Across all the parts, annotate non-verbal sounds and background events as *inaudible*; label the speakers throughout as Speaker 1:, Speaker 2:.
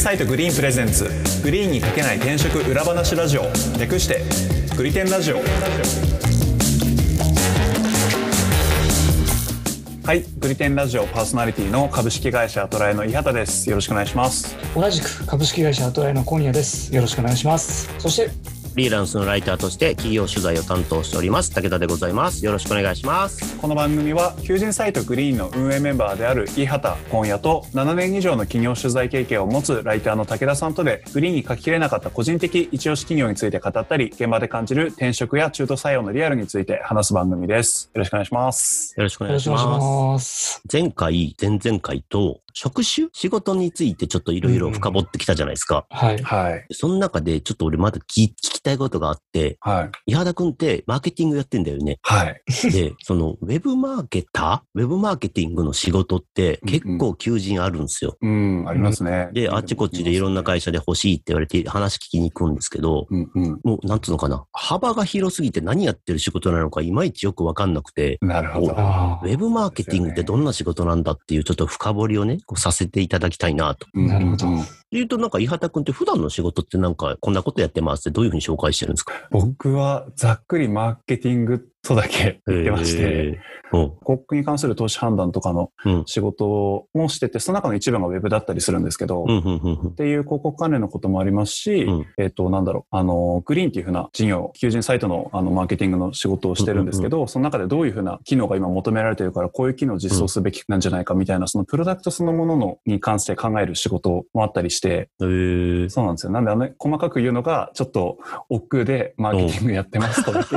Speaker 1: サイトグリーンプレゼンツグリーンにかけない転職裏話ラジオ略してグリテンラジオはいグリテンラジオパーソナリティの株式会社アトラエの伊畑ですよろしくお願いします
Speaker 2: 同じく株式会社アトライの今夜です。よろしくお願いします。そして、
Speaker 3: フリーランスのライターとして企業取材を担当しております武田でございますよろしくお願いします
Speaker 1: この番組は求人サイトグリーンの運営メンバーである伊畑今夜と7年以上の企業取材経験を持つライターの武田さんとでグリーンに書ききれなかった個人的一押し企業について語ったり現場で感じる転職や中途採用のリアルについて話す番組ですよろしくお願いします
Speaker 3: よろしくお
Speaker 2: よ
Speaker 3: 願
Speaker 2: ろ
Speaker 3: い
Speaker 2: し
Speaker 3: し
Speaker 2: くお願いし
Speaker 3: ます
Speaker 2: ます。
Speaker 3: 前回前々回と職種仕事についてちょっといろいろ深掘ってきたじゃないですか、
Speaker 2: はい。
Speaker 1: はい
Speaker 3: その中でちょっと俺まだ聞聞きたいことがあって
Speaker 1: はい
Speaker 3: 伊原くんってマーケティングやってんだよ *laughs* ね
Speaker 1: はい
Speaker 3: でそのウェブマーケターウェブマーケティングの仕事って結構求人あるんですよ、
Speaker 1: うんありますね
Speaker 3: で、あっちこっちでいろんな会社で欲しいって言われて話聞きに行くんですけど、
Speaker 1: うんうん
Speaker 3: もう、なんつうのかな。幅が広すぎて何やってる仕事なのかいまいちよくわかんなくて、
Speaker 1: なるほど
Speaker 2: あ
Speaker 3: ウェブマーケティングってどんな仕事なんだっていうちょっと深掘りをね、こうさせていただきたいなと。
Speaker 1: うんうんうん
Speaker 2: なるほど
Speaker 3: 言うとなんか、伊畑くんって普段の仕事ってなんか、こんなことやってますってどういうふうに紹介してるんですか
Speaker 1: 僕はざっくりマーケティングとだけ言ってまして、
Speaker 3: えーうん
Speaker 1: 広告に関する投資判断とかの
Speaker 3: うん
Speaker 1: 仕事もしてて、その中の一部がウェブだったりするんですけど、
Speaker 3: う
Speaker 1: っ
Speaker 3: んうんうん
Speaker 1: ていう広告関連のこともありますし、
Speaker 3: うん
Speaker 1: えっ、と、なんだろう、あの、グリーンっていうふうな事業、求人サイトのあのマーケティングの仕事をしてるんですけど、その中でどういうふうな機能が今求められてるから、こういう機能を実装すべきなんじゃないかみたいな、そのプロダクトそのもののに関して考える仕事もあったりして、
Speaker 3: うん。えー
Speaker 1: そうなんですよ。なんで、あの、細かく言うのが、ちょっと億劫でマーケティングやってますとだけ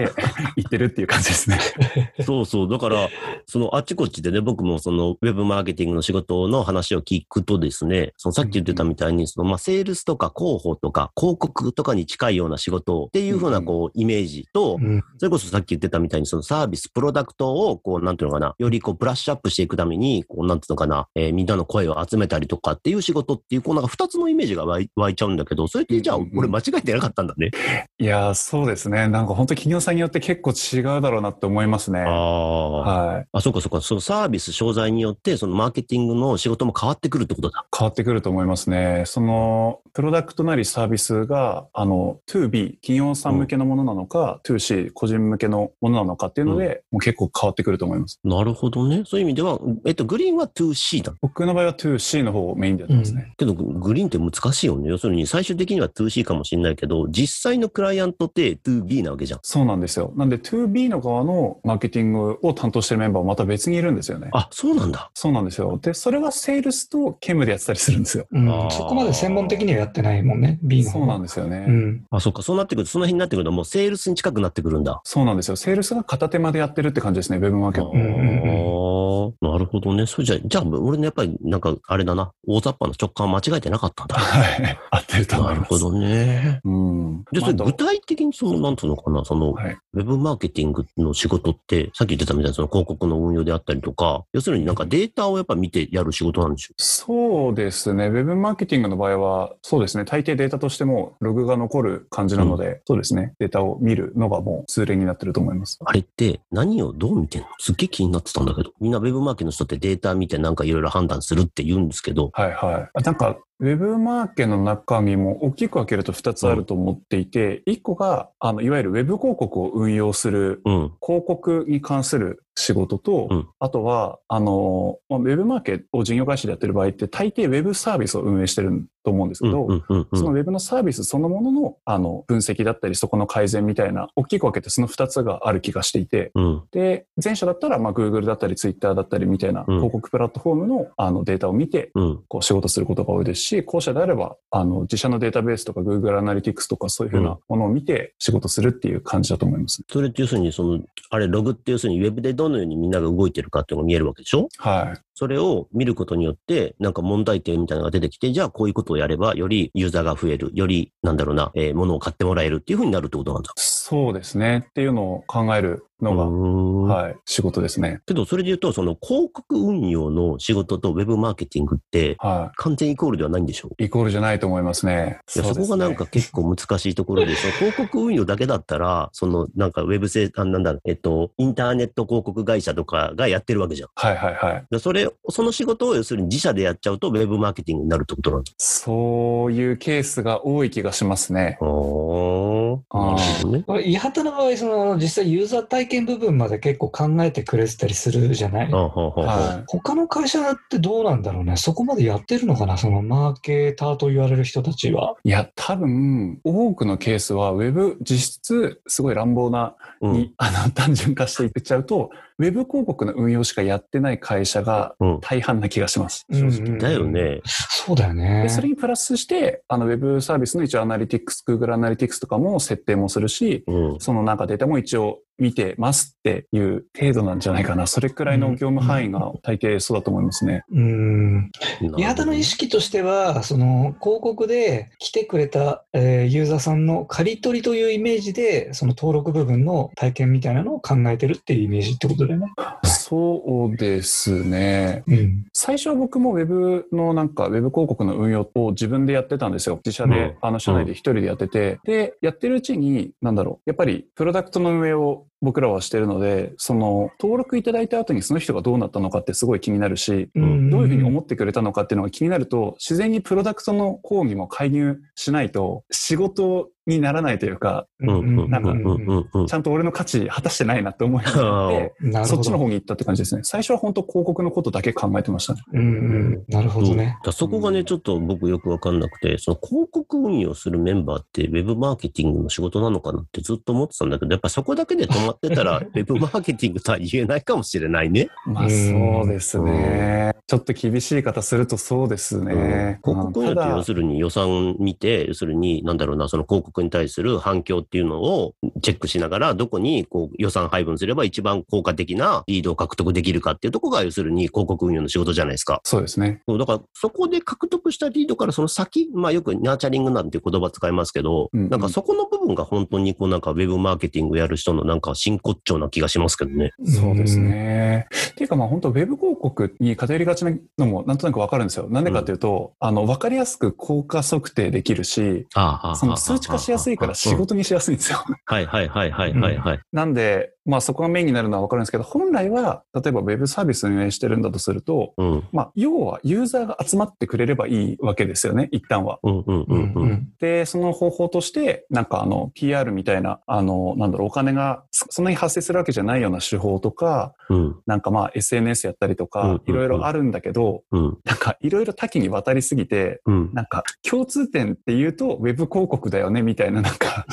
Speaker 1: 言ってるっていう感じですね。 *laughs*
Speaker 3: そうそう。だから、そのあっちこっちでね、僕もそのウェブマーケティングの仕事の話を聞くとですね、そのさっき言ってたみたいに、そのまあセールスとか広報とか広告とかに近いような仕事っていうふう
Speaker 1: う
Speaker 3: なんこうイメージと、
Speaker 2: うん
Speaker 3: それこそさっき言ってたみたいにそのサービス、プロダクトをこうなんていうのかな、よりこうブラッシュアップしていくために、こうなんていうのかな、えーみんなの声を集めたりとかっていう仕事っていう、こうなんか二つのイメージが湧い湧いちゃうんだけど、それってじゃあ
Speaker 1: うんうんうん
Speaker 3: 俺間違えてなかったんだね。
Speaker 1: いやー、そうですね。なんか本当企業さんによって結構違うだろうなって思いますね。
Speaker 3: ああ。
Speaker 1: はい。
Speaker 3: あ、そうかそうか。そのサービス、商材によって、そのマーケティングの仕事も変わってくるってことだ。
Speaker 1: 変わってくると思いますね。その、プロダクトなりサービスが、あの、2B、企業さん向けのものなのか、2C、個人向けのものなのかっていうので、もう結構変わってくると思います。
Speaker 3: なるほどね。そういう意味では、えっと、グリーンは 2C だ。
Speaker 1: 僕の場合は 2C の方をメインでやってますね。
Speaker 3: けど、ググリーンって難しいよね。要するに、最終的には 2C かもしれないけど、実際のクライアントって 2B なわけじゃん。
Speaker 1: そうなんですよ。なんで 2B の側のマーケティングを担当してるメンバーもまた別にいるんですよね。
Speaker 3: あ、そうなんだ。
Speaker 1: そうなんですよ。で、それはセールスと兼務でやってたりするんですよ。
Speaker 2: うん
Speaker 3: あー
Speaker 2: そこまで専門的にはやってないもんね、B の方
Speaker 1: そう
Speaker 2: は
Speaker 1: なんですよね。
Speaker 2: うん。
Speaker 3: あ、そっか。そうなってくると、その辺になってくると、もうセールスに近くなってくるんだ。
Speaker 1: そうなんですよ。セールスが片手間でやってるって感じですね、ウェブマーケット。
Speaker 2: んうんうん
Speaker 3: あーなるほどね。それじゃ、じゃあ、俺のやっぱり、なんか、あれだな。大雑把な直感は間違えてなかったん *laughs* だ。
Speaker 1: はい。合ってると思
Speaker 3: ないる
Speaker 1: ます。
Speaker 3: ほどね。
Speaker 1: うん。
Speaker 3: じゃあ、それ
Speaker 1: まあ
Speaker 3: 具体的にその、なんつうのかな、その、
Speaker 1: はい
Speaker 3: ウェブマーケティングの仕事って、さっき言ってたみたいな、その広告の運用であったりとか、要するになんかデータをやっぱ見てやる仕事なんでしょ
Speaker 1: そうですね。ウェブマーケティングの場合は、そうですね。大抵データとしてもログが残る感じなので、そうですね。データを見るのがもう通例になってると思います。
Speaker 3: あれって何をどう見てんのすっげえ気になってたんだけど。みんなウェブマーケの人ってデータ見てなんかいろいろ判断するって言うんですけど。
Speaker 1: はいはいあ。なんか、ウェブマーケの中身も大きく分けると2つあると思っていて、1個が、あの、いわゆるウェブ広告を運用する
Speaker 3: うん。
Speaker 1: 広告に関する仕事と、
Speaker 3: うん
Speaker 1: あとは、あの、まあウェブマーケを事業会社でやってる場合って、大抵ウェブサービスを運営してると思うんです
Speaker 3: う
Speaker 1: け
Speaker 3: ん
Speaker 1: ど、
Speaker 3: うんうん
Speaker 1: その
Speaker 3: うん。
Speaker 1: ウェブのサービスそのものの、あの、分析だったり、そこの改善みたいな、大きく分けてその2つがある気がしていて、
Speaker 3: うん。
Speaker 1: で、前者だったら、まあ、Google だったり、Twitter だったりみたいな、
Speaker 3: うん
Speaker 1: 広告プラットフォームの、あの、データを見て、
Speaker 3: うん。
Speaker 1: こう、仕事することが多いですし、後者であれば、あの、自社のデータベースとか、Google アナリティクスとか、そういうふう
Speaker 3: う
Speaker 1: なものを見て、仕事するっていう感じだと思います。
Speaker 3: それって要するに、その、あれ、ログって要するにウェブでどのようにみんなが動いてるかっていうのが見えるわけでしょ
Speaker 1: はい。
Speaker 3: それを見ることによって、なんか問題点みたいなのが出てきて、じゃあこういうことをやれば、よりユーザーが増える、より、なんだろうな、えー、物を買ってもらえるっていうふうになるってことなんだ。
Speaker 1: そうですね。っていうのを考えるのが、
Speaker 3: うん
Speaker 1: はい、仕事ですね。
Speaker 3: けど、それで言うと、その広告運用の仕事とウェブマーケティングって、
Speaker 1: は
Speaker 3: 完全イコールではないんでしょう
Speaker 1: い。イコールじゃないと思いますね。
Speaker 3: いや
Speaker 1: うで
Speaker 3: そ
Speaker 1: すね
Speaker 3: こがなんか、結構難しいところで、その広告運用だけだったら、そのなんかウェブ制、あなんだろう、えっと、インターネット広告会社とかがやってるわけじゃん。
Speaker 1: はいはいはい。
Speaker 3: でそれ、その仕事を要するに自社でやっちゃうと、ウェブマーケティングになるってことなんです
Speaker 1: そういうケースが多い気がしますね。
Speaker 3: あー
Speaker 1: あー
Speaker 3: なるほどね。
Speaker 2: これ、イハタの場合、その、実際ユーザー体験部分まで結構考えてくれてたりするじゃない
Speaker 3: あーはーはーはー
Speaker 1: は
Speaker 2: 他の会社ってどうなんだろうね。そこまでやってるのかなそのマーケーターと言われる人たちは。
Speaker 1: い。いや、多分、多くのケースは、ウェブ、実質、すごい乱暴な、
Speaker 3: うん
Speaker 1: に、あの、単純化していっちゃうと、ウェブ広告の運用しかやってない会社が
Speaker 3: うん
Speaker 1: 大半な気がします。
Speaker 2: うんうん
Speaker 1: 正直
Speaker 3: だよね。
Speaker 2: そうだよね。
Speaker 1: でそれにプラスして、あの、ウェブサービスの一応アナリティクス、Google アナリティクスとかも設定もするし、
Speaker 3: うん。
Speaker 1: その中データも一応見てますっていう程度なんじゃないかな。それくらいの業務範囲が大抵そうだと思いますね。
Speaker 2: うん。
Speaker 3: なるほどね
Speaker 2: 八幡の意識としては、その広告で来てくれた、えーユーザーさんの刈り取りというイメージで、その登録部分の体験みたいなのを考えてるっていうイメージってことだよね。
Speaker 1: そうですね。
Speaker 2: うん。
Speaker 1: 最初は僕もウェブのなんか、ウェブ広告の運用を自分でやってたんですよ。自社で、
Speaker 3: うん
Speaker 1: あの、社内で一人でやってて。で、やってるうちに、なんだろう。やっぱり、プロダクトの運営を僕らはしてるので、その、登録いただいた後にその人がどうなったのかってすごい気になるし、
Speaker 3: うん
Speaker 1: どういうふうに思
Speaker 2: っ
Speaker 1: ってくれたのかっていうのが気になると、自然にプロダクトの講義も介入しないと、仕事にならないというか、
Speaker 3: うんうんうん
Speaker 1: なんか
Speaker 3: うんうんうん
Speaker 1: ち。ゃんと俺の価値果たしてないなって思い *laughs*
Speaker 3: *laughs* あ
Speaker 1: で、
Speaker 2: なるほ
Speaker 1: そ
Speaker 2: ど。
Speaker 1: っちの方に行ったって感じですね。最初は本当広告のことだけ考えてましたね。
Speaker 2: うんうん。なるほどね。
Speaker 3: だからそこがね、ちょっと僕よくわかんなくて、その広告運用するメンバーってウェブマーケティングの仕事なのかなってずっと思ってたんだけど、やっぱそこだけで止まってたら、ウェブマーケティングとは言えないかもしれないね。
Speaker 1: まあそうですね。ちょっと厳しい方するとそうですね。
Speaker 3: 広告運
Speaker 1: う
Speaker 3: 用
Speaker 1: ん
Speaker 3: ったて
Speaker 1: だ
Speaker 3: 要するに予算見て、要するに、なんだろうな、その広告に対する反響っていうのをチェックしながら、どこにこう予算配分すれば一番効果的なリードを獲得できるかっていうところが、要するに広告運用の仕事じゃないですか。
Speaker 1: そうですね。
Speaker 3: そうだから、そこで獲得したリードからその先、まあよくナーチャリングなんていう言葉使いますけど、
Speaker 1: うんうん
Speaker 3: なんかそこの部分が本当にこうなんかウェブマーケティングやる人のなんか真骨頂な気がしますけどね。
Speaker 1: そうですね。っていうかまあ本当ウェブ広告に偏りがちなのもなんとなくわかるんですよ。なんでかっていうと、あの、わかりやすく効果測定できるし、
Speaker 3: あ
Speaker 1: その数値化しやすいから仕。事にしやすいんですよ。 *laughs*
Speaker 3: はいはいはいはいはいはい。
Speaker 1: なんで、まあそこがメインになるのはわかるんですけど、本来は、例えばウェブサービス運営してるんだとすると、
Speaker 3: うん。
Speaker 1: まあ要はユーザーが集まってくれればいいわけですよね、一旦は。
Speaker 3: うんうんう
Speaker 2: うん
Speaker 3: ん
Speaker 2: う
Speaker 3: うん。
Speaker 2: ん。
Speaker 1: で、その方法として、なんかあの、PR みたいな、あの、なんだろう、お金がそそんなに発生するわけじゃないような手法とか、
Speaker 3: うん
Speaker 1: なんかまあ SNS やったりと
Speaker 3: うんうん
Speaker 1: か、
Speaker 3: うん
Speaker 1: いろいろあるんだけど、
Speaker 3: うん
Speaker 1: なんかいろいろ多岐にわたりすぎて、
Speaker 3: うん。
Speaker 1: なんか共通点って言うとウェブ広告だよねみたいななん
Speaker 3: *laughs*
Speaker 1: か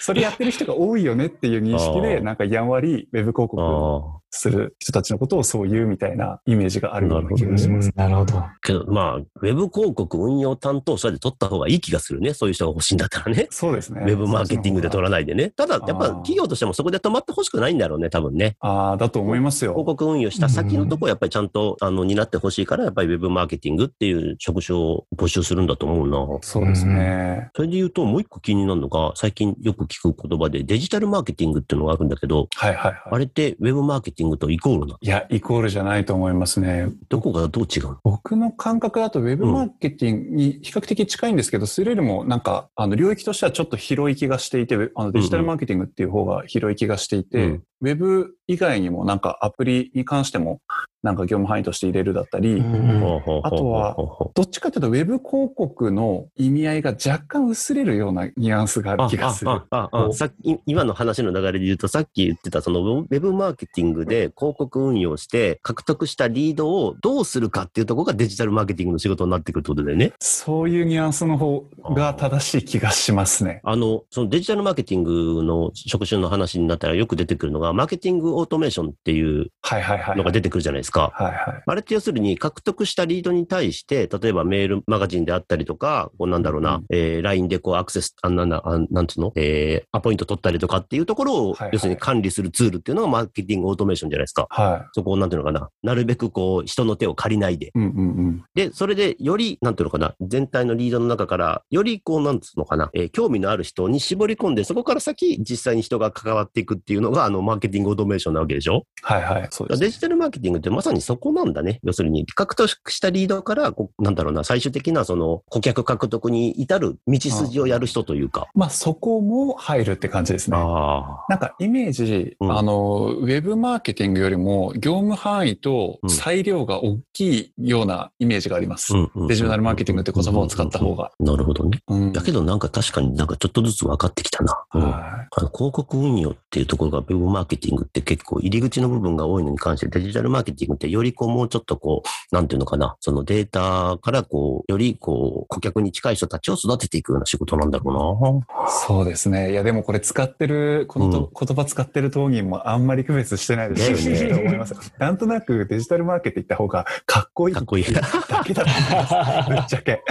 Speaker 1: それやってる人が多いよねっていう認識
Speaker 3: あ
Speaker 1: で
Speaker 3: ー
Speaker 1: なんかやんわりウェブ広告を
Speaker 3: ああ。
Speaker 1: する人たちのことをそう言うみたいなイメージがあるような気
Speaker 2: う
Speaker 1: がします。
Speaker 2: んなるほ
Speaker 1: *laughs*
Speaker 2: ど。
Speaker 3: けど、まあ、ウェブ広告運用担当者で取った方がいい気がするね。そういう人が欲しいんだったらね。
Speaker 1: そうですね。
Speaker 3: ウェブマーケティングで取らないでね。ただ、やっぱ
Speaker 1: あー
Speaker 3: 企業としてもそこで止まってほしくないんだろうね、多分ね。
Speaker 1: ああ、だと思います
Speaker 3: 広
Speaker 1: よ。
Speaker 3: 告運用した先のとこやっぱりちゃんと、あの担ってほしいから、やっぱりウェブマーケティングっていう職種を募集するんだと思うな。
Speaker 1: そうですね。
Speaker 3: それで言うと、もう一個気になるのが、最近よく聞く言葉でデジタルマーケティングっていうのがあるんだけど、
Speaker 1: はいはい
Speaker 3: あ
Speaker 1: はい。
Speaker 3: れってウェブマーケティングとイコールな。
Speaker 1: いや、イコールじゃないと思いますね。
Speaker 3: どこがどう違うの
Speaker 1: 僕の感覚だとウェブマーケティングに比較的近いんですけど、それよりもなんか、あの、領域としてはちょっと広い気がしていて、あのデジタルマーケティングっていう方が広い気がしていて、
Speaker 3: うん
Speaker 1: ウェブ以外にもなんかアプリに関しても、なんか業務範囲として入れるだったり、
Speaker 2: うん
Speaker 1: あとはどっちかというとウェブ広告の意味合いが若干薄れるようなニュアンスがある
Speaker 3: あ
Speaker 1: 気がする。
Speaker 3: ああああさっき今の話の流れで言うとさっき言ってたそのウェブマーケティングで広告運用して獲得したリードをどうするかっていうところがデジタルマーケティングの仕事になってくるってことだよね。
Speaker 1: そういうニュアンスの方が正しい気がしますね。
Speaker 3: あのそのデジタルマーケティングの職種の話になったらよく出てくるのがマーケティングオートメーションっていう
Speaker 1: はいはいはい。
Speaker 3: のが出てくるじゃないですか。
Speaker 1: はいはい。
Speaker 3: あれって要するに獲得したリードに対して、例えばメールマガジンであったりとか、こうなんだろうな、
Speaker 1: うん
Speaker 3: えー LINE でこうアクセス、あなんだ、あなんつうの、えーアポイント取ったりとかっていうところを、
Speaker 1: はいはい
Speaker 3: 要するに管理するツールっていうのがマーケティングオートメーションじゃないですか。
Speaker 1: は
Speaker 3: そこをなんていうのかな、なるべくこう人の手を借りないで。
Speaker 1: い。うんうんうん。
Speaker 3: で、それでより、なんていうのかな、全体のリードの中から、よりこう、なんつうのかな、えー興味のある人に絞り込んで、そこから先、実際に人が関わっていくっていうのが、あの、マーケティングオートメーションなわけでしょ
Speaker 1: はいはい。そうですね。
Speaker 3: デジタルマーケティングってまさにそこなんだね。要するに、獲得したリードから、こうなんだろうな、最終的なその顧客獲得に至る道筋をやる人というか。
Speaker 1: まあそこも入るって感じですね。
Speaker 3: あ
Speaker 1: なんかイメージ、
Speaker 3: うん
Speaker 1: あの、ウェブマーケティングよりも業務範囲と
Speaker 3: うん
Speaker 1: 裁量が大きいようなイメージがあります。
Speaker 3: あ。
Speaker 1: デジタルマーケティングって言葉を使った方が。
Speaker 3: なるほどね。
Speaker 1: うん
Speaker 3: だけどなんか確かになんかちょっとずつ分かってきたな。うん
Speaker 1: は
Speaker 3: あの広告運用っていうところがウェブマーケティングって結構入り口の部分が多いのに関してデジタルマーケティングってよりこうもうちょっとこう、なんていうのかな、そのデータからこう、よりこう顧客に近い人たちを育てていくような仕事なんだろうな。
Speaker 1: いそうですね。いや、でもこれ使ってる、このと、言葉使ってる当人もあんまり区別してないです
Speaker 3: だよね
Speaker 1: と思います。 *laughs* なんとなくデジタルマーケティング行った方がかっ *laughs* こいい
Speaker 3: かっこいい。
Speaker 1: だけだと思います。ぶっちゃけ。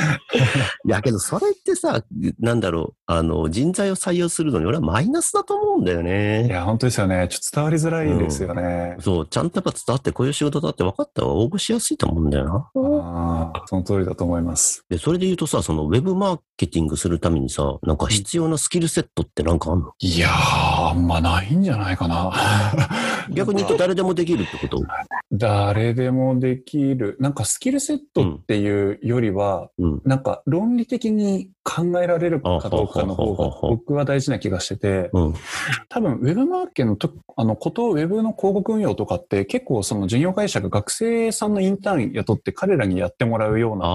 Speaker 3: いやけどそれってさ、なんだろう、あの、人材を採用するのに俺はマイナスだと思うんだよ
Speaker 1: い
Speaker 3: ね。
Speaker 1: や、本当ですよね。ちょっと伝わりづらいですよね。
Speaker 3: そう、ちゃんとやっぱ伝わってこういう仕事だって分かった方が応募しやすいと思うんだよな。
Speaker 1: ああ、その通りだと思います。
Speaker 3: で、それで言うとさ、そのウェブマーケティングするためにさ、なんか必要なスキルセットってなんかあんの、
Speaker 1: いやー、あんまないんじゃないかな。 *laughs*
Speaker 3: 逆に言うと誰でもできるってこと
Speaker 1: 誰でもできる。なんかスキルセットっていうよりは、
Speaker 3: うん。
Speaker 1: なんか論理的に考えられるかどうかの方
Speaker 3: あほうほうほう
Speaker 1: が
Speaker 3: ほう
Speaker 1: 僕は大事な気がしてて、
Speaker 3: うん。
Speaker 1: 多分ウェブマーケのとあのこと、ウェブの広告運用とかって結構その事業会社が学生さんのインターン雇って彼らにやってもらうような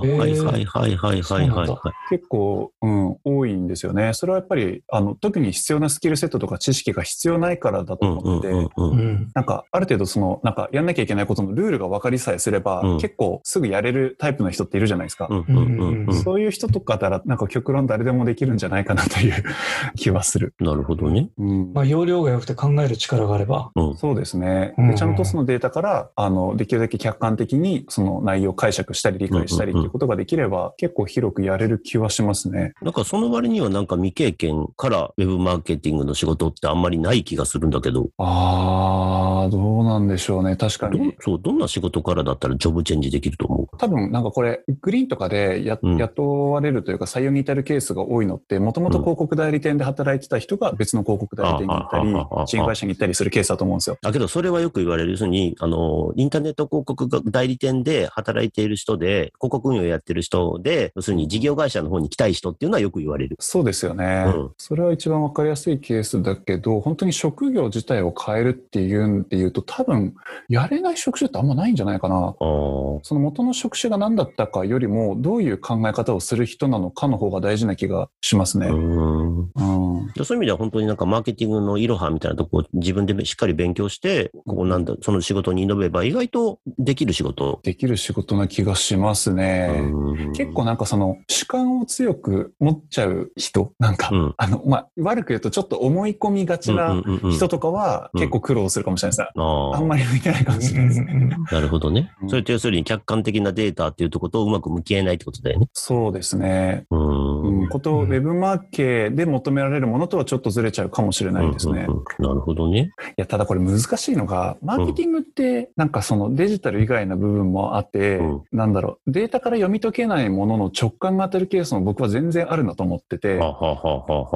Speaker 1: ことが
Speaker 3: ああ
Speaker 1: 結構
Speaker 3: ー、
Speaker 2: えー
Speaker 3: はいはいはいはいはいはい
Speaker 2: そうなん
Speaker 3: はい。
Speaker 1: 結構、うん、多いんですよね。それはやっぱり、あの、特に必要なスキルセットとか知識が必要ないからだと
Speaker 3: うん
Speaker 1: 思ってて、
Speaker 3: うんうん
Speaker 2: う
Speaker 3: うん。
Speaker 2: ん。
Speaker 1: なんか、ある程度その、なんか、やんなきゃいけないことのルールが分かりさえすれば、
Speaker 3: うん
Speaker 1: 結構すぐやれるタイプの人っているじゃないですか。
Speaker 3: うんうんうんうん。
Speaker 1: そういう人とかだら、なんか極論誰でもできるんじゃないかなという *laughs* 気はする。
Speaker 3: なるほどね。
Speaker 1: うん
Speaker 2: まあ、容量が良くて考える力があれば。
Speaker 3: うん。
Speaker 1: そうですね。
Speaker 2: うんう
Speaker 1: で
Speaker 2: ん
Speaker 1: ちゃんとそのデータから、あの、できるだけ客観的にその内容を解釈したり理解したりっていうことができれば、結構広くやれる気はしますね。
Speaker 3: なんかその割にはなんか未経験からウェブマーケティングの仕事ってあんまりない気がするんだけど、
Speaker 1: あー、どうなんでしょうね。確か
Speaker 3: ど
Speaker 1: に。
Speaker 3: そうどんな仕事からだったらジョブチェンジできると思
Speaker 1: 多分なんかこれ、グリーンとかでや、
Speaker 3: うん
Speaker 1: 雇われるというか採用に至るケースが多いのって、もともと広告代理店で働いてた人が別の広告代理店に行った
Speaker 3: ああああああ
Speaker 1: り、新会社に行ったりするケースだと思うんですよ。
Speaker 3: うだけどそれはよく言われる要するにあのインターネット広告代理店で働いている人で広告運用やってる人で要するに事業会社の方に来たい人っていうのはよく言われる
Speaker 1: そうですよね。
Speaker 3: うん
Speaker 1: それは一番わかりやすいケースだけど、本当に職業自体を変えるっていうんで言うと、多分、やれない職種ってあんまないんじゃないかな。
Speaker 3: あー
Speaker 1: その元の職種が何だったかよりも、どういう考え方をする人なのかの方が大事な気がします
Speaker 3: う
Speaker 1: ね。
Speaker 3: ーん
Speaker 1: うん。
Speaker 3: でそういう意味では本当になんかマーケティングのいろはみたいなとこを自分でしっかり勉強してこうなんだその仕事に挑めば意外とできる仕事、
Speaker 1: できる仕事な気がしますね。
Speaker 3: うん
Speaker 1: 結構なんかその主観を強く持っちゃう人なんか、
Speaker 3: うん
Speaker 1: あの、まあ、悪く言うとちょっと思い込みがち
Speaker 3: うん
Speaker 1: な
Speaker 3: うんうんうん
Speaker 1: 人とかは
Speaker 3: うん
Speaker 1: 結構苦労するかもしれないですね。
Speaker 3: あ
Speaker 1: あ
Speaker 3: あ
Speaker 1: んまり向いてないかもしれないですね。
Speaker 3: なるほどね
Speaker 1: う。ん
Speaker 3: それって要するに客観的なデータっていうとことをうまく向き合えないってことだよね。
Speaker 1: そうですね。
Speaker 3: うー
Speaker 1: うんん、。ことを
Speaker 2: う
Speaker 1: ウ
Speaker 2: ん
Speaker 1: ェブマーケで求められるものとはちょっとずれちゃうかもしれないですね。
Speaker 3: うんうんうんなるほどね。
Speaker 1: いや、ただこれ難しいのが、マーケティングってなんかそのデジタル以外の部分もあって、
Speaker 3: うん
Speaker 1: なんだろう、データから読み解けないものの直感が当たるケースも僕は全然あるなと思ってて、
Speaker 3: はあはあはあはあは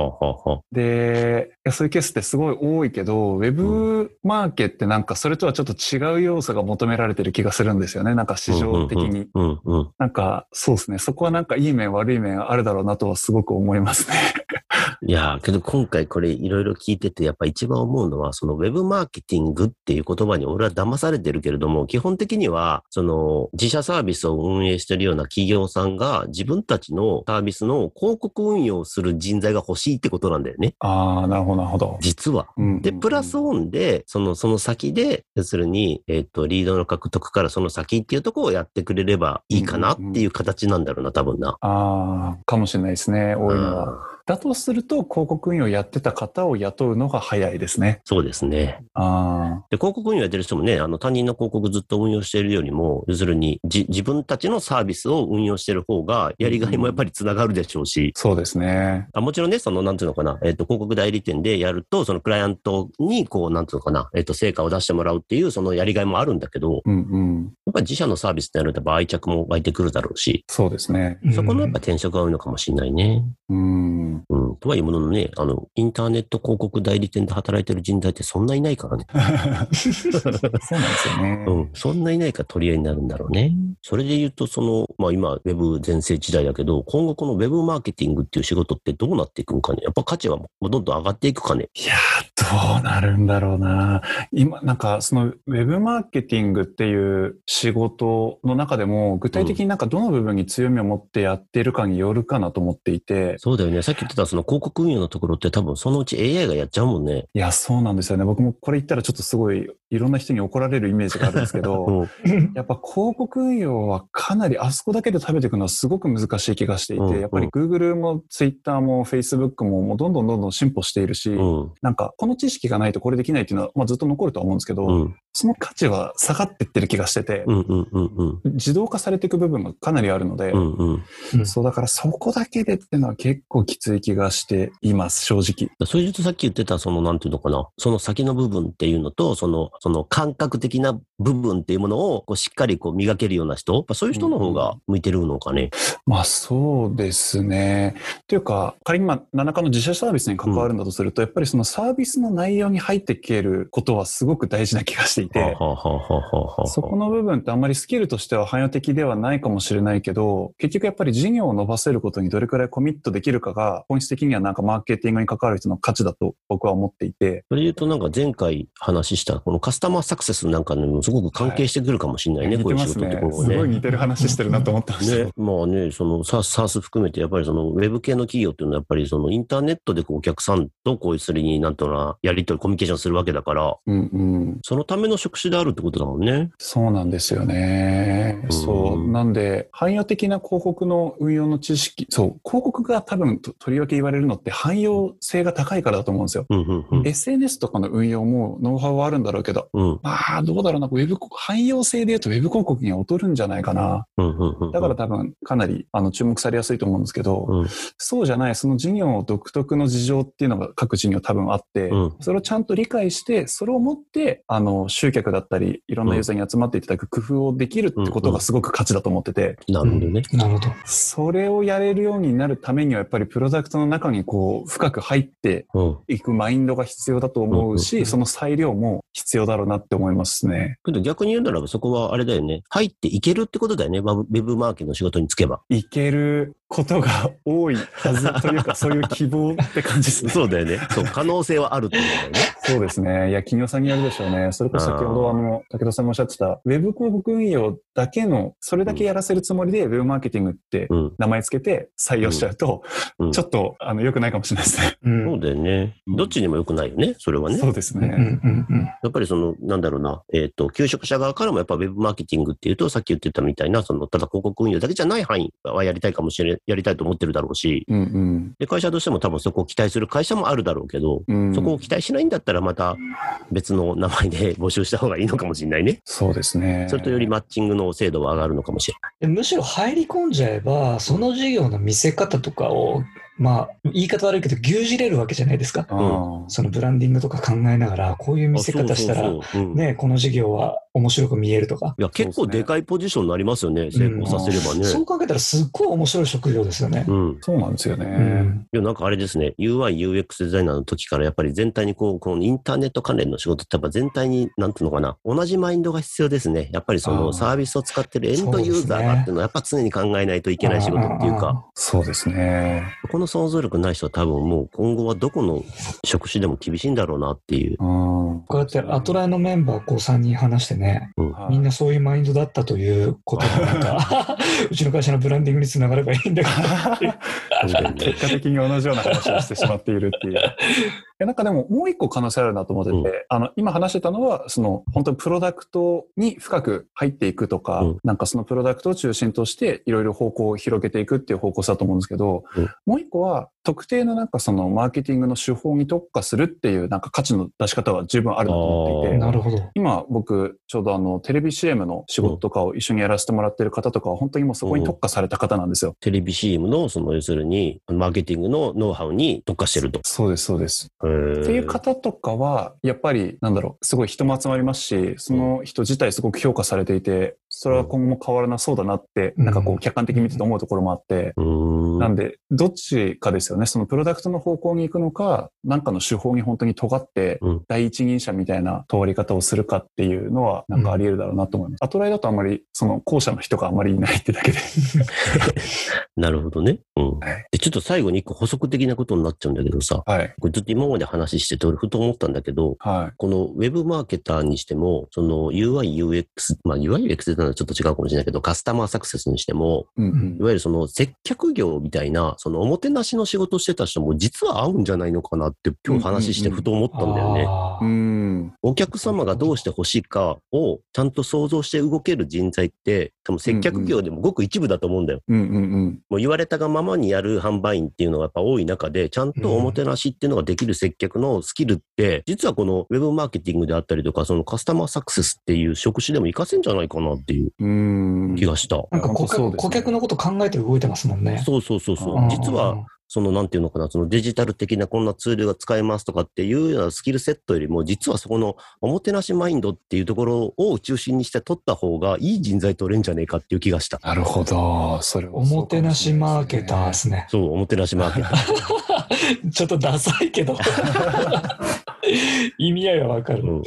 Speaker 3: あはあ
Speaker 1: で、いやそういうケースってすごい多いけど、ウェブマーケってなんかそれとはちょっと違う要素が求められてる気がするんですよね。なんか市場的に。
Speaker 3: うんうんうん。
Speaker 1: なんかそうですね。そこはなんかいい面悪い面あるだろうなとはすごく思いますね。
Speaker 3: *laughs* いやー、けど今回これいろいろ聞いてて、やっぱ一番思うのは、そのウェブマーケティングっていう言葉に俺は騙されてるけれども、基本的には、その自社サービスを運営してるような企業さんが自分たちのサービスの広告運用する人材が欲しいってことなんだよね。
Speaker 1: ああ、なるほど、なるほど。
Speaker 3: 実は。
Speaker 1: うん
Speaker 3: で、プラスオンで、その、その先で、要するに、えっ、と、リードの獲得からその先っていうところをやってくれればいいかなっていう形なんだろうな、多分な。
Speaker 1: ああ、かもしれないですね。多いのは。だとすると、広告運用やってた方を雇うのが早いですね。
Speaker 3: そうですね。
Speaker 1: あ
Speaker 3: で、広告運用やってる人もね、あの、他人の広告ずっと運用しているよりも、要するに、じ、自分たちのサービスを運用してる方が、やりがいもやっぱりつながるでしょうし、
Speaker 1: ーそうですね。
Speaker 3: あもちろんね、その、なんていうのかな、えっ、と、広告代理店でやると、そのクライアントに、こう、なんていうのかな、えっ、と、成果を出してもらうっていう、そのやりがいもあるんだけど、
Speaker 1: うんうん。
Speaker 3: やっぱり自社のサービスってなると、やっぱ愛着も湧いてくるだろうし、
Speaker 1: そうですね。
Speaker 3: そこのやっぱ転職が多いのかもしれないね。 *laughs*
Speaker 1: うん。
Speaker 3: うん。とはいうもののね、あの、インターネット広告代理店で働いてる人材ってそんないないからね。
Speaker 1: そうなんですよね。
Speaker 3: うん。そんないないから取り合いになるんだろうね。それで言うと、その、まあ今、ウェブ全盛時代だけど、今後このウェブマーケティングっていう仕事ってどうなっていくんかね。やっぱ価値はもうどんどん上がっていくかね。
Speaker 1: いやー、どうなるんだろうな。今、なんか、その、ウェブマーケティングっていう仕事の中でも、具体的になんかどの部分に強みを持ってやってるかによるかなと思っていて、
Speaker 3: そうだよね。さっき言ってたその広告運用のところって多分そのうち AI がやっちゃうもんね。
Speaker 1: いや、そうなんですよね。僕もこれ言ったらちょっとすごい、いろんな人に怒られるイメージがあるんですけど、
Speaker 3: *laughs* うん。
Speaker 1: やっぱ広告運用はかなり、あそこだけで食べていくのはすごく難しい気がしてい
Speaker 3: うんう
Speaker 1: て、
Speaker 3: ん
Speaker 1: やっぱり Google も Twitter も Facebook ももうどんどんどんどん進歩しているし、
Speaker 3: うん。
Speaker 1: なんか、この知識がないとこれできないっていうのは、まあずっと残るとは思うんですけど、
Speaker 3: うん。
Speaker 1: その価値は下がってってる気がしてて、
Speaker 3: うん。うん。うん。うん。
Speaker 1: 自動化されていく部分がかなりあるので、
Speaker 3: うん。うん。
Speaker 1: そうだからそこだけでってのは結構きつい気がしています、正直。
Speaker 3: それで言うとさっき言ってた、その、なんていうのかな、その先の部分っていうのと、その、その感覚的な部分っていうものを、こう、しっかりこう、磨けるような人、やっぱそういう人の方が向いてるのかね。
Speaker 1: まあそうですね。というか、仮にまあ何らかの自社サービスに関わるんだとすると、やっぱりそのサービスの内容に入っていけることはすごく大事な気がしていて、
Speaker 3: はあはあはあはあはあはあ
Speaker 1: そこの部分ってあんまりスキルとしては汎用的ではないかもしれないけど、結局やっぱり事業を伸ばせることにどれくらいコミットできるかが、本質的にはなんかマーケティングに関わる人の価値だと僕は思っていて、
Speaker 3: それで言うと、なんか前回話した、このカスタマーサクセスなんかにもすごく関係してくるかもしれないね、
Speaker 1: 似
Speaker 3: こう
Speaker 1: て
Speaker 3: い
Speaker 1: ま
Speaker 3: う仕
Speaker 1: す
Speaker 3: 事って
Speaker 1: ね
Speaker 3: こ。
Speaker 1: す
Speaker 3: ろ
Speaker 1: ごい
Speaker 3: ね。
Speaker 1: 似てる話してるなと思ってました。
Speaker 3: ね、まあね、そのササース含めて、やっぱりそのウェブ系の企業っていうのは、やっぱりそのインターネットでこうお客さんとこういうするになんとな、やり取り、コミュニケーションするわけだから、
Speaker 1: *laughs* うんうん。
Speaker 3: そのための職種であるってことだもんね。
Speaker 1: そうなんですよね。
Speaker 3: うん
Speaker 1: そう。なんで、汎用的な広告の運用の知識、そう、広告が多分ととりわけ言われるのって汎用性が高いからだと思うんですよ。
Speaker 3: うんうんうん。
Speaker 1: SNS とかの運用もノウハウはあるんだろうけど、
Speaker 3: うん
Speaker 1: まあ、どうだろうな。ウェブ、汎用性で言うとウェブ広告には劣るんじゃないかな。
Speaker 3: うんうんうん。
Speaker 1: だから多分かなりあの注目されやすいと思うんですけど、
Speaker 3: うん
Speaker 1: そうじゃない、その事業独特の事情っていうのが各事業多分あって、
Speaker 3: うん
Speaker 1: それをちゃんと理解して、それを持って、あの、集客だったり、いろんなユーザーに集まっていただく工夫をできるってことがすごく価値だと思ってて、
Speaker 3: なるほどね。
Speaker 2: うんなるほど。
Speaker 1: それをやれるようになるためには、やっぱりプロダクトの中にこう、深く入って
Speaker 3: うん。
Speaker 1: いくマインドが必要だと思う
Speaker 2: うんう
Speaker 1: し、
Speaker 2: ん
Speaker 1: その裁量も必要だろうなって思いますね。
Speaker 3: けど逆に言うならばそこはあれだよね。入っていけるってことだよね。ウェブウェブマーケの仕事に就けば。
Speaker 1: いけること
Speaker 3: *laughs*
Speaker 1: が多いはずというか、そういう希望って感じですね。
Speaker 3: そうだよね。そう、 *laughs* 可能性はあるってことだよね。
Speaker 1: そうですね。いや、企業さんによるでしょうね。それこそ先ほど、
Speaker 3: あ
Speaker 1: あ
Speaker 3: ー
Speaker 1: の、武田さんもおっしゃってた、ウェブ広告運用だけの、それだけやらせるつもりで、ウェブマーケティングって
Speaker 3: うん。
Speaker 1: 名前つけて採用しちゃうと、
Speaker 3: うん
Speaker 1: ちょっと、あの、良くないかもしれないですね。
Speaker 2: うん
Speaker 3: そうだよね。どっちにも良くないよね。それはね。
Speaker 1: そうです
Speaker 2: うん
Speaker 1: ね。
Speaker 2: うんうん
Speaker 3: やっぱりその、なんだろうな、えっ、と、求職者側からもやっぱウェブマーケティングっていうと、さっき言ってたみたいな、その、ただ広告運用だけじゃない範囲はやりたいかもしれ、やりたいと思ってるだろうし、
Speaker 1: うんうん。
Speaker 3: で、会社としても多分そこを期待する会社もあるだろうけど、
Speaker 1: うん、
Speaker 3: そこを期待しないんだったらまた別の名前で募集した方がいいのかもしれないね。
Speaker 1: そうですね。
Speaker 3: それとよりマッチングの精度は上がるのかもしれない。
Speaker 2: でむしろ入り込んじゃえば、その事業の見せ方とかを、まあ、言い方悪いけど、牛耳れるわけじゃないですか。
Speaker 1: あー、
Speaker 2: そのブランディングとか考えながら、こういう見せ方した
Speaker 3: あ
Speaker 2: ら
Speaker 3: そ、うそうそううん
Speaker 2: ね、この事業は面白く見えるとか。
Speaker 3: いや、結構でかいポジションになりますよね。成功させればね。
Speaker 2: そう考えたら、すっごい面白い職業ですよね。
Speaker 3: うん。い
Speaker 1: そうなんですよね。
Speaker 2: うん
Speaker 3: や、なんかあれですね。UI、UX デザイナーの時からやっぱり全体にこう、このインターネット関連の仕事ってやっぱ全体に、なんていうのかな。同じマインドが必要ですね。やっぱりそ
Speaker 1: あー
Speaker 3: のサービスを使ってるエンドユーザーがっていうのはやっぱ常に考えないとい
Speaker 2: い
Speaker 3: けない仕事っていうか。。
Speaker 1: そうですね。
Speaker 3: この想像力ない人は多分もう今後はどこの職種でも厳しいんだろうなっていう。
Speaker 1: うん。
Speaker 2: こうやってアトライのメンバーこう3人話してね、ね、
Speaker 1: はい *laughs*
Speaker 2: みんなそういうマインドだったということがなん
Speaker 3: *laughs*
Speaker 2: か、うちの会社のブランディングにつながればいいんだけど。
Speaker 3: 確かにね
Speaker 1: 結果的に同じような話をしてしまっている
Speaker 3: *laughs*
Speaker 1: っていう。いやなんかでももう一個可能性あるなと思ってて、
Speaker 3: うん
Speaker 1: あの今話してたのはその本当にプロダクトに深く入っていくとか、
Speaker 3: うん
Speaker 1: なんかそのプロダクトを中心としていろいろ方向を広げていくっていう方向性だと思うんですけど、
Speaker 3: うん
Speaker 1: もう一個は特定のなんかそのマーケティングの手法に特化するっていうなんか価値の出し方は十分あるなと思ってい
Speaker 3: あー
Speaker 1: て。
Speaker 2: なるほど。
Speaker 1: 今僕ちょうどあのテレビ CM の仕事とかを一緒にやらせてもらってる方とかは本当にもうそこに特化された方なんですよ。
Speaker 3: テレビ CM の、その、要するに、マーケティングのノウハウに特化してると。
Speaker 1: そうですそうです。
Speaker 3: へー
Speaker 1: っていう方とかは、やっぱり、なんだろう、すごい人も集まりますし、その人自体すごく評価されていて、それは今後も変わらなそうだなって、
Speaker 2: うん
Speaker 1: なんかこう、客観的に見てて思うところもあって、
Speaker 3: うーん
Speaker 1: なんで、どっちかですよね、そのプロダクトの方向に行くのか、なんかの手法に本当に尖って
Speaker 3: うん、
Speaker 1: 第一人者みたいな通り方をするかっていうのは、なんかあり得るだろうなと思います。アトライだとあんまり、その、後者の人があんまりいないってだけで。
Speaker 3: なるほどね。うん
Speaker 1: はい。
Speaker 3: で、ちょっと最後に一個補足的なことになっちゃうんだけどさ、
Speaker 1: はい。
Speaker 3: これずっと今まで話してて、俺ふと思ったんだけど、
Speaker 1: はい。
Speaker 3: このウェブマーケターにしても、その UI、UX、まあ UI、UX ってのはちょっと違うかもしれないけど、カスタマーサクセスにしても、
Speaker 1: うん
Speaker 2: うん
Speaker 3: いわゆるその接客業みたいな、そのおもてなしの仕事してた人も実は合うんじゃないのかなって今日話してふと思ったんだよね。
Speaker 2: あ
Speaker 1: う
Speaker 2: ー
Speaker 1: ん。
Speaker 3: お客様がどうして欲しいかをちゃんと想像して動ける人材って、多分接客業でもごく一部だと思うんだよ。
Speaker 1: うんうんうん。
Speaker 3: もう言われたがままにやる販売員っていうのがやっぱ多い中で、ちゃんとおもてなしっていうのができる接客のスキルって、実はこのウェブマーケティングであったりとか、そのカスタマーサクセスっていう職種でも活かせんじゃないかなっていう
Speaker 1: うん。
Speaker 3: 気がした。
Speaker 2: なんか
Speaker 1: 本
Speaker 2: 顧
Speaker 1: 当そう
Speaker 2: 客
Speaker 1: ですね
Speaker 2: 顧客のこと考えて動いてますもんね。
Speaker 3: そうそうそうそうう。
Speaker 1: ん
Speaker 3: 実は、そのなんていうのかな、そのデジタル的なこんなツールが使えますとかっていうようなスキルセットよりも、実はそこのおもてなしマインドっていうところを中心にして取った方がいい人材取れんじゃねえかっていう気がした。
Speaker 1: なるほど。それは
Speaker 2: おもてなしマーケターですね。
Speaker 3: そう、おもてなしマーケター。
Speaker 2: ちょっとダサいけ
Speaker 3: *laughs*
Speaker 2: ど。意味合いはわか
Speaker 3: う
Speaker 2: る。
Speaker 3: ん。い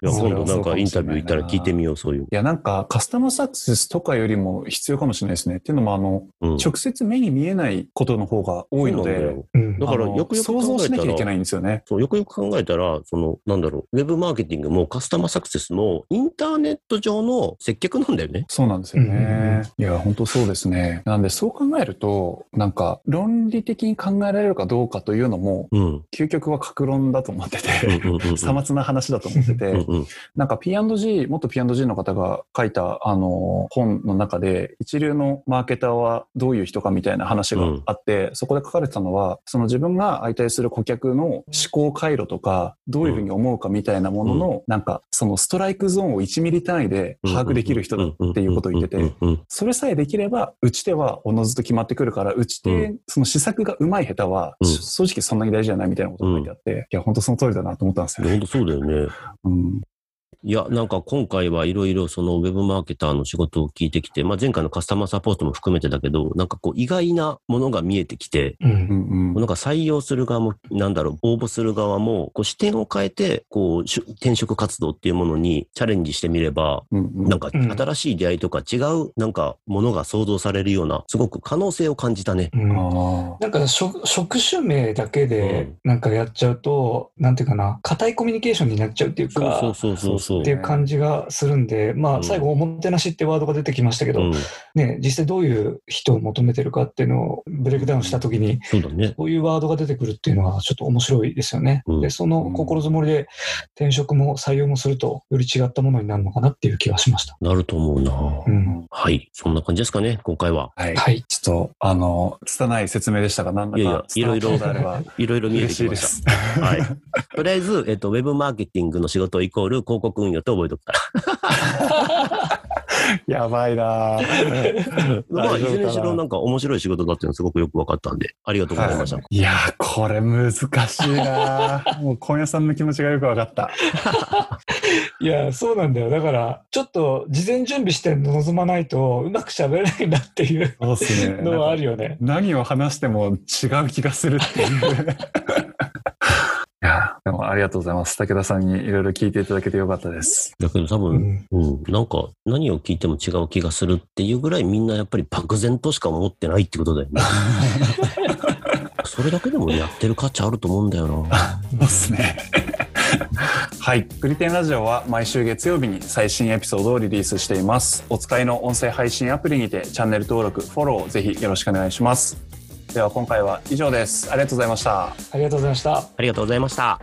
Speaker 3: や、
Speaker 1: そ
Speaker 3: 今
Speaker 1: れ
Speaker 3: 度
Speaker 1: は
Speaker 3: な
Speaker 1: そ
Speaker 3: ん
Speaker 1: うかもしれない
Speaker 3: か
Speaker 1: な
Speaker 3: インタビュー行ったら聞いてみよう、そういう。
Speaker 1: いや、なんか、カスタマーサクセスとかよりも必要かもしれないですね。っていうのも、あの、
Speaker 3: うん。
Speaker 1: 直接目に見えないことの方が多いの
Speaker 3: そうなんだ
Speaker 1: で、
Speaker 3: よ
Speaker 2: うん
Speaker 3: だから
Speaker 1: あの
Speaker 3: よくよく考えた
Speaker 1: 想像
Speaker 3: ら
Speaker 1: しなきゃいけないんですよね。
Speaker 3: そうよくよく考えたら、その、なんだろう、ウェブマーケティングもカスタマーサクセスも、インターネット上の接客なんだよね。
Speaker 1: そうなんですよね。
Speaker 2: うんうんうん
Speaker 1: いや、本当そうですね。なんで、そう考えると、なんか、論理的に考えられるかどうかというのも、
Speaker 3: うん。うん
Speaker 1: 究極は格論だと思って
Speaker 3: うん
Speaker 1: て、
Speaker 3: うんう
Speaker 1: *laughs*
Speaker 3: ん。
Speaker 1: さまつな話だと思ってて、
Speaker 3: うんうん
Speaker 1: なんか P&G、元 P&G の方が書いたあの本の中で、一流のマーケターはどういう人かみたいな話があって、そこで書かれてたのは、その自分が相対する顧客の思考回路とか、どういうふうに思うかみたいなものの、なんかそのストライクゾーンを1ミリ単位で把握できる人だっていうことを言って
Speaker 3: うんう
Speaker 1: て
Speaker 3: ん、うんうん
Speaker 1: それさえできれば、打ち手はおのずと決まってくるから、打ち手、
Speaker 3: う
Speaker 1: その試作がうまい下手は、
Speaker 3: うん
Speaker 1: 正直そんなに大事じゃないみたいなことが書いてあって、いや、本当その通りだなと思ったんです
Speaker 3: い
Speaker 1: よ
Speaker 3: や、
Speaker 1: ね。
Speaker 3: 本当そうだよね。
Speaker 1: うん
Speaker 3: いや、なんか今回はいろいろそのウェブマーケターの仕事を聞いてきて、まあ、前回のカスタマーサポートも含めてだけど、なんかこう意外なものが見えてきて、
Speaker 2: う
Speaker 1: うんんうん
Speaker 3: なんか採用する側も、なんだろう、応募する側も、こう視点を変えて、こう、し転職活動っていうものにチャレンジしてみれば、
Speaker 1: うんうん
Speaker 3: なんか新しい出会いとか違うなんかものが想像されるような、すごく可能性を感じたね。
Speaker 2: うん
Speaker 1: あ
Speaker 2: なんか職職種名だけ
Speaker 3: う
Speaker 2: で
Speaker 3: ん
Speaker 2: なんかやっちゃうと、なんていうかな、固いコミュニケーションになっちゃうっていう
Speaker 3: そう
Speaker 2: か、
Speaker 3: そうそうそうそう
Speaker 2: って。いう感じがするんで、ま
Speaker 3: うん
Speaker 2: あ最後、おもてなしってワードが出てきましたけど、
Speaker 3: うん、
Speaker 2: ね、実際どういう人を求めてるかっていうのをブレイクダウンしたときに、
Speaker 3: そうだね。
Speaker 2: こういうワードが出てくるっていうのはちょっと面白いですよね。
Speaker 3: うん
Speaker 2: で、その心づもりで転職も採用もすると、より違ったものになるのかなっていう気がしました。
Speaker 3: なると思う
Speaker 2: う
Speaker 3: な。
Speaker 2: ん。
Speaker 3: はい。そんな感じですかね、今回は。
Speaker 1: あ。はい。
Speaker 2: はい。
Speaker 1: ちょっと、あの、拙い説明でしたが、なんだ
Speaker 3: いやい
Speaker 1: か
Speaker 3: や
Speaker 1: 伝わった
Speaker 3: いろいろ
Speaker 1: ことあれば
Speaker 3: いろいろ見えて
Speaker 1: 嬉
Speaker 3: き
Speaker 1: しい
Speaker 3: ま
Speaker 1: で
Speaker 3: した。
Speaker 1: す。 *laughs*
Speaker 3: はい。とりあえず、えっと、ウェブマーケティングの仕事イコール広告運用って覚えとくから。
Speaker 1: やばいなぁ
Speaker 3: まあ、
Speaker 1: 大
Speaker 3: い
Speaker 1: 丈夫かな
Speaker 3: ずれにしろなんか面白い仕事だっていうのすごくよく分かったんで、ありがとうございました。
Speaker 1: いやー、これ難しいなぁもう、今夜さんの気持ちがよくわかった。
Speaker 2: いや、そうなんだよ。だから、ちょっと事前準備して臨まないと、うまく喋れないなっていう
Speaker 1: そうですね。
Speaker 2: のはあるよね。
Speaker 1: 何を話しても違う気がするって
Speaker 3: *laughs*
Speaker 1: いう。いや、でもありがとうございます。武田さんにいろいろ聞いていただけてよかったです。
Speaker 3: だけど多
Speaker 2: う
Speaker 3: 分、
Speaker 2: ん。
Speaker 3: うん、なんか何を聞いても違う気がするっていうぐらいみんなやっぱり漠然としか思ってないってことだ *laughs* よね。 *laughs* それだけでもやってる価値あると思うんだよな。
Speaker 1: そうですね。はい。グリテンラジオは毎週月曜日に最新エピソードをリリースしています。お使いの音声配信アプリにてチャンネル登録、フォローをぜひよろしくお願いします。では今回は以上です。ありがとうございました。
Speaker 2: ありがとうございました。
Speaker 3: ありがとうございました。